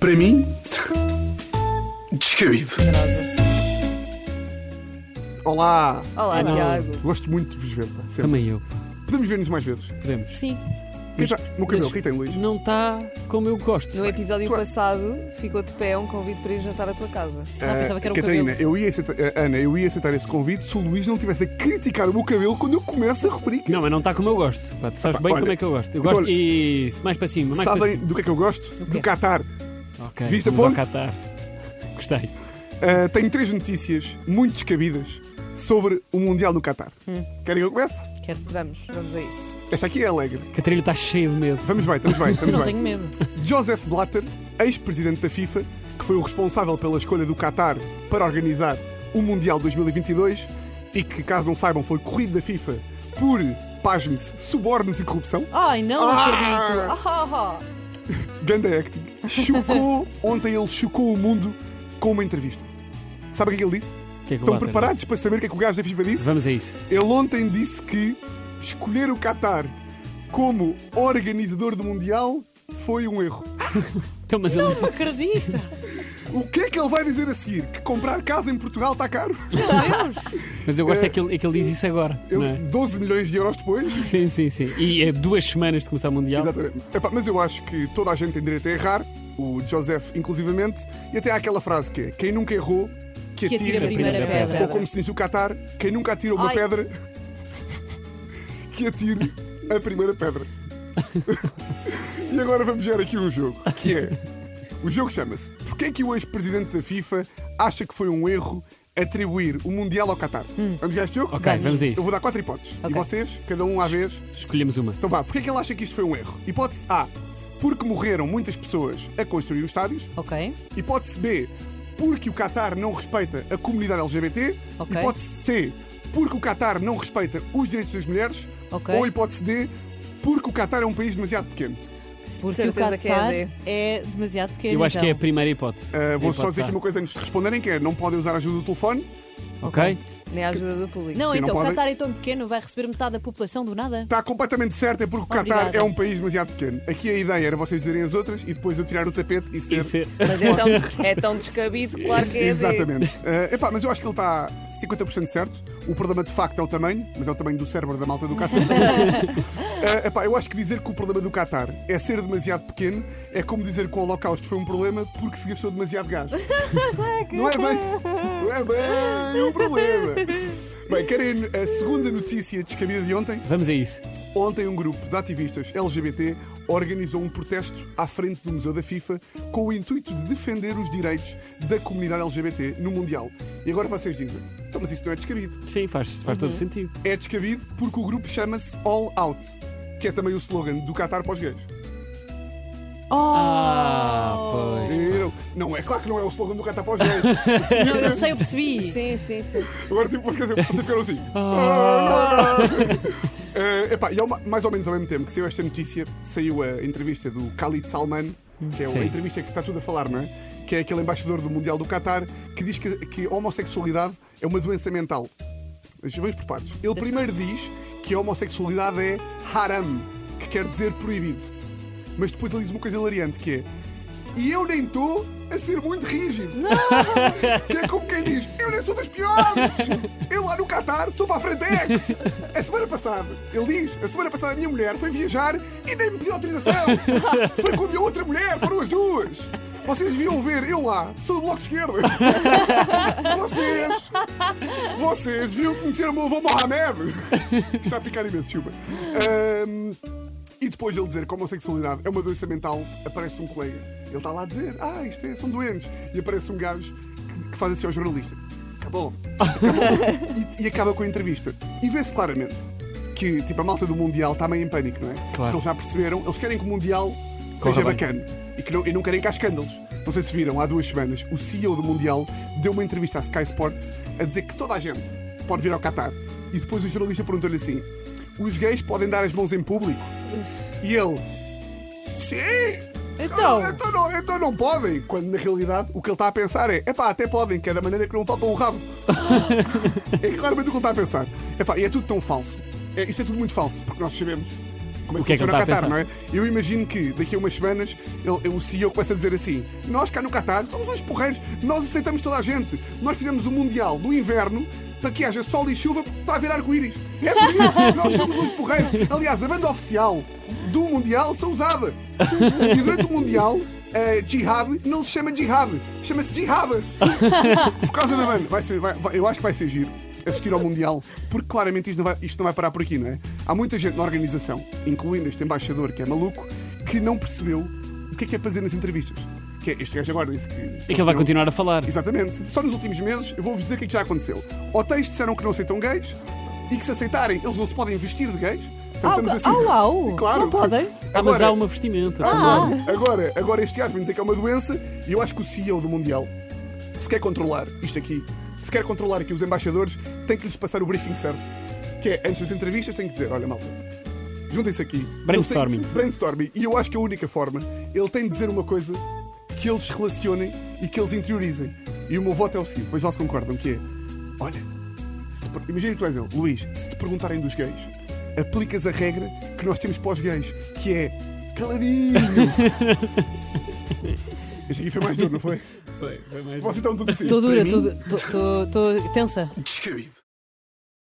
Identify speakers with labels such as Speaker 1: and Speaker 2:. Speaker 1: Para mim, descabido.
Speaker 2: Olá!
Speaker 3: Olá,
Speaker 2: Não.
Speaker 3: Tiago.
Speaker 2: Gosto muito de vos ver. pá, sempre.
Speaker 4: Também eu.
Speaker 2: Podemos ver-nos mais vezes.
Speaker 4: Podemos.
Speaker 3: Sim.
Speaker 2: Quem tá- Meu cabelo,
Speaker 4: mas-
Speaker 2: quem tem Luís?
Speaker 4: Não está como eu gosto.
Speaker 3: No episódio
Speaker 2: Tu é-
Speaker 3: passado ficou de pé um convite para ir jantar à tua casa.
Speaker 2: Ah,
Speaker 3: pensava que era o
Speaker 2: Catarina,
Speaker 3: cabelo.
Speaker 2: eu ia aceitar, ah, Ana, eu ia aceitar esse convite se o Luís não tivesse a criticar o meu cabelo quando eu começo a rubrica.
Speaker 4: Não, mas não está como eu gosto. Pá, tu sabes
Speaker 2: Epá,
Speaker 4: bem
Speaker 2: olha,
Speaker 4: como é que eu gosto. Eu
Speaker 2: então
Speaker 4: gosto.
Speaker 2: olha-
Speaker 4: Isso, mais para cima, mais
Speaker 2: Sabem
Speaker 4: para
Speaker 2: do que é que eu gosto? Do Qatar.
Speaker 4: cima. Ok,
Speaker 2: Viste a
Speaker 4: vamos ao
Speaker 2: ponte?
Speaker 4: Qatar. Gostei.
Speaker 2: Ah, tenho três notícias muito descabidas sobre o Mundial do Qatar. Querem que eu comece?
Speaker 3: Vamos, vamos a isso.
Speaker 2: Esta aqui é alegre.
Speaker 4: Catarina está tá cheia de medo.
Speaker 2: Vamos bem, estamos bem, estamos bem.
Speaker 3: medo.
Speaker 2: Joseph Blatter, ex-presidente da FIFA, que foi o responsável pela escolha do Qatar para organizar o Mundial 2022 e que, caso não saibam, foi corrido da FIFA por, pasme-se, subornos e corrupção,
Speaker 3: Ai, não
Speaker 2: Ah!
Speaker 3: acredito. Ah, ah, ah.
Speaker 2: ganda acting, chocou, ontem ele chocou o mundo com uma entrevista. Sabem o que é que ele disse?
Speaker 4: O que é que o
Speaker 2: Estão
Speaker 4: Walter
Speaker 2: preparados para saber o que é que o gajo da FIFA
Speaker 4: disse?
Speaker 2: disse?
Speaker 4: Vamos a isso.
Speaker 2: Ele ontem disse que escolher o Qatar como organizador do Mundial foi um erro.
Speaker 4: Então, mas ele disse
Speaker 3: acredita.
Speaker 2: O que é que ele vai dizer a seguir? Que comprar casa em Portugal está caro?
Speaker 4: Mas eu gosto é que ele, é que ele diz isso agora.
Speaker 2: Eu-
Speaker 4: não é?
Speaker 2: 12 milhões de euros depois?
Speaker 4: Sim, sim, sim. E é duas semanas de começar o Mundial.
Speaker 2: Exatamente. Epá, mas eu acho que toda a gente tem direito a errar, o Joseph inclusivamente, e até há aquela frase que é: quem nunca errou, que
Speaker 3: Que
Speaker 2: atira,
Speaker 3: atira a primeira
Speaker 4: primeira pedra.
Speaker 3: pedra.
Speaker 2: Ou como se diz no Qatar, quem nunca atira uma
Speaker 3: Ai.
Speaker 2: pedra, que atire a primeira pedra. e agora vamos gerar aqui um jogo, que é. O jogo chama-se Porquê é que o ex-presidente da FIFA acha que foi um erro atribuir o Mundial ao Qatar? Vamos jogar este jogo?
Speaker 4: Ok, vamos a isso.
Speaker 2: Eu vou dar quatro hipóteses. E
Speaker 3: Ok.
Speaker 2: vocês, cada um à vez,
Speaker 4: Escolhemos uma.
Speaker 2: então vá, porquê é que ele acha que isto foi um erro? Hipótese A, porque morreram muitas pessoas a construir os estádios.
Speaker 3: ok.
Speaker 2: Hipótese B, porque o Qatar não respeita a comunidade LGBT.
Speaker 3: Ok.
Speaker 2: Hipótese C, porque o Qatar não respeita os direitos das mulheres.
Speaker 3: Ok.
Speaker 2: Ou hipótese D, porque o Qatar é um país demasiado pequeno.
Speaker 5: Porque
Speaker 3: Certeza
Speaker 5: o
Speaker 3: que é a
Speaker 5: Qatar
Speaker 3: D.
Speaker 5: é demasiado pequeno.
Speaker 4: Eu acho que é a
Speaker 5: então.
Speaker 4: primeira hipótese.
Speaker 2: Ah, vou
Speaker 4: Hipótese
Speaker 2: só dizer aqui
Speaker 4: A.
Speaker 2: uma coisa antes de responderem, que é não podem usar a ajuda do telefone.
Speaker 4: Ok?
Speaker 3: ah. Nem a ajuda do público.
Speaker 5: Não,
Speaker 2: Sim, não
Speaker 5: então, o
Speaker 2: podem.
Speaker 5: Qatar é tão pequeno, vai receber metade da população do nada?
Speaker 2: Está completamente certo, é porque o Qatar
Speaker 5: Obrigada.
Speaker 2: é um país demasiado pequeno. Aqui a ideia era vocês dizerem as outras e depois eu tirar o tapete e ser...
Speaker 4: Isso é-
Speaker 3: Mas é tão, é tão descabido, claro que é a D.
Speaker 2: Exatamente. Eh, epá, mas eu acho que ele está 50% certo. O problema de facto é o tamanho, mas é o tamanho do cérebro da malta do Qatar. Eh, epá, eu acho que dizer que o problema do Qatar é ser demasiado pequeno é como dizer que o Holocausto foi um problema porque se gastou demasiado gás. não é bem. Não é bem um problema. Bem, Karen, a segunda notícia descabida de ontem
Speaker 4: Vamos a isso.
Speaker 2: Ontem, um grupo de ativistas LGBT organizou um protesto à frente do Museu da FIFA com o intuito de defender os direitos da comunidade LGBT no Mundial. E agora vocês dizem: então, mas isso não é descabido.
Speaker 4: Sim, faz, faz todo sentido.
Speaker 2: É descabido porque o grupo chama-se All Out, que é também o slogan do Qatar para os gays.
Speaker 3: Oh!
Speaker 4: Ah, pois.
Speaker 2: Viram? Não é, claro que não é o slogan do Qatar para os gays.
Speaker 5: Não, eu sei, eu percebi.
Speaker 3: Sim, sim, sim.
Speaker 2: Agora tipo, vocês vocês ficaram assim. Ah, Eh, epá, e ao ma- mais ou menos ao mesmo tempo que saiu esta notícia, saiu a entrevista do Khalid Salman, que é uma
Speaker 4: Sim.
Speaker 2: entrevista que está tudo a falar, não é? Que é aquele embaixador do Mundial do Qatar que diz que, que a homossexualidade é uma doença mental. Mas vamos por partes. Ele primeiro diz que a homossexualidade é haram, que quer dizer proibido. Mas depois ele diz uma coisa hilariante que é. E eu nem estou a ser muito rígido. Que é como quem diz, eu nem sou das piores! Eu lá no Qatar sou para a Frentex! A semana passada, ele diz, a semana passada a minha mulher foi viajar e nem me pediu autorização! Foi com a minha outra mulher, foram as duas! Vocês deviam ver, eu lá, sou do Bloco de Esquerda! Vocês! Vocês deviam conhecer o meu avô Mohamed! Está a picar imenso, chupa. E depois de ele dizer que a homossexualidade é uma doença mental, aparece um colega. Ele está lá a dizer, ah, isto é, são doentes. E aparece um gajo que, que faz assim ao jornalista. Acabou. Acabou. e, e acaba com a entrevista. E vê-se claramente que tipo, a malta do Mundial está meio em pânico, não é? Porque eles já perceberam, eles querem que o Mundial
Speaker 4: Corra
Speaker 2: seja
Speaker 4: bem.
Speaker 2: bacana. E, que não, e não querem que há escândalos. Não sei se viram, há duas semanas, o CEO do Mundial deu uma entrevista à Sky Sports a dizer que toda a gente pode vir ao Qatar. E depois o jornalista perguntou-lhe assim: os gays podem dar as mãos em público? E ele, sim!
Speaker 5: Então?
Speaker 2: Ah, então, não, então não podem! Quando na realidade o que ele está a pensar é, epá, até podem, que é da maneira que não faltam um rabo. é claramente o que ele está a pensar. Epá, e é tudo tão falso. É, isto é tudo muito falso, porque nós sabemos como é
Speaker 4: O
Speaker 2: que,
Speaker 4: que é que ele
Speaker 2: funciona
Speaker 4: está
Speaker 2: o
Speaker 4: a
Speaker 2: Qatar,
Speaker 4: pensar?
Speaker 2: não é? Eu imagino que daqui a umas semanas ele- o CEO começa a dizer assim: Nós cá no Qatar somos uns porreiros, nós aceitamos toda a gente. Nós fizemos o Mundial no inverno para que haja sol e chuva porque está a ver arco-íris. É por isso, nós somos uns porreiros. Aliás, a banda oficial do Mundial são usada. E durante o Mundial. eh, jihad não se chama jihad, chama-se jihad. Por causa da banda, vai ser, vai- vai- eu acho que vai ser giro assistir ao Mundial, porque claramente isto não, vai, isto não vai parar por aqui, não é? Há muita gente na organização, incluindo este embaixador que é maluco, que não percebeu o que é que é fazer nas entrevistas. Que é, este gajo agora disse que.
Speaker 4: E É que ele vai continuar a falar.
Speaker 2: Exatamente. Só nos últimos meses eu vou-vos dizer o que é que já aconteceu. Hotéis disseram que não aceitam gays e que se aceitarem eles não se podem vestir de gays.
Speaker 5: Au,
Speaker 2: Portanto, estamos assim.
Speaker 5: au, au.
Speaker 2: Claro.
Speaker 5: Não podem?
Speaker 4: Ah, mas há uma vestimenta. também.
Speaker 2: Agora, agora este gajo vem dizer que é uma doença e eu acho que o CEO do Mundial, se quer controlar isto aqui, se quer controlar aqui os embaixadores, tem que lhes passar o briefing certo. Que é, antes das entrevistas, tem que dizer: olha, malta, juntem-se aqui.
Speaker 4: Brainstorming.
Speaker 2: Eu sei- brainstorming. E eu acho que a única forma, ele tem de dizer uma coisa que eles relacionem e que eles interiorizem. E o meu voto é o seguinte: pois lá se concordam, que é: olha, se te per- imagina que tu és ele, Luís, se te perguntarem dos gays, aplicas a regra que nós temos para os gays, que é caladinho. este aqui foi mais duro, não foi?
Speaker 4: Foi, foi mais.
Speaker 2: Vocês estão tudo assim.
Speaker 5: Estou dura,
Speaker 4: Para mim-
Speaker 5: estou tensa.
Speaker 2: Descabido.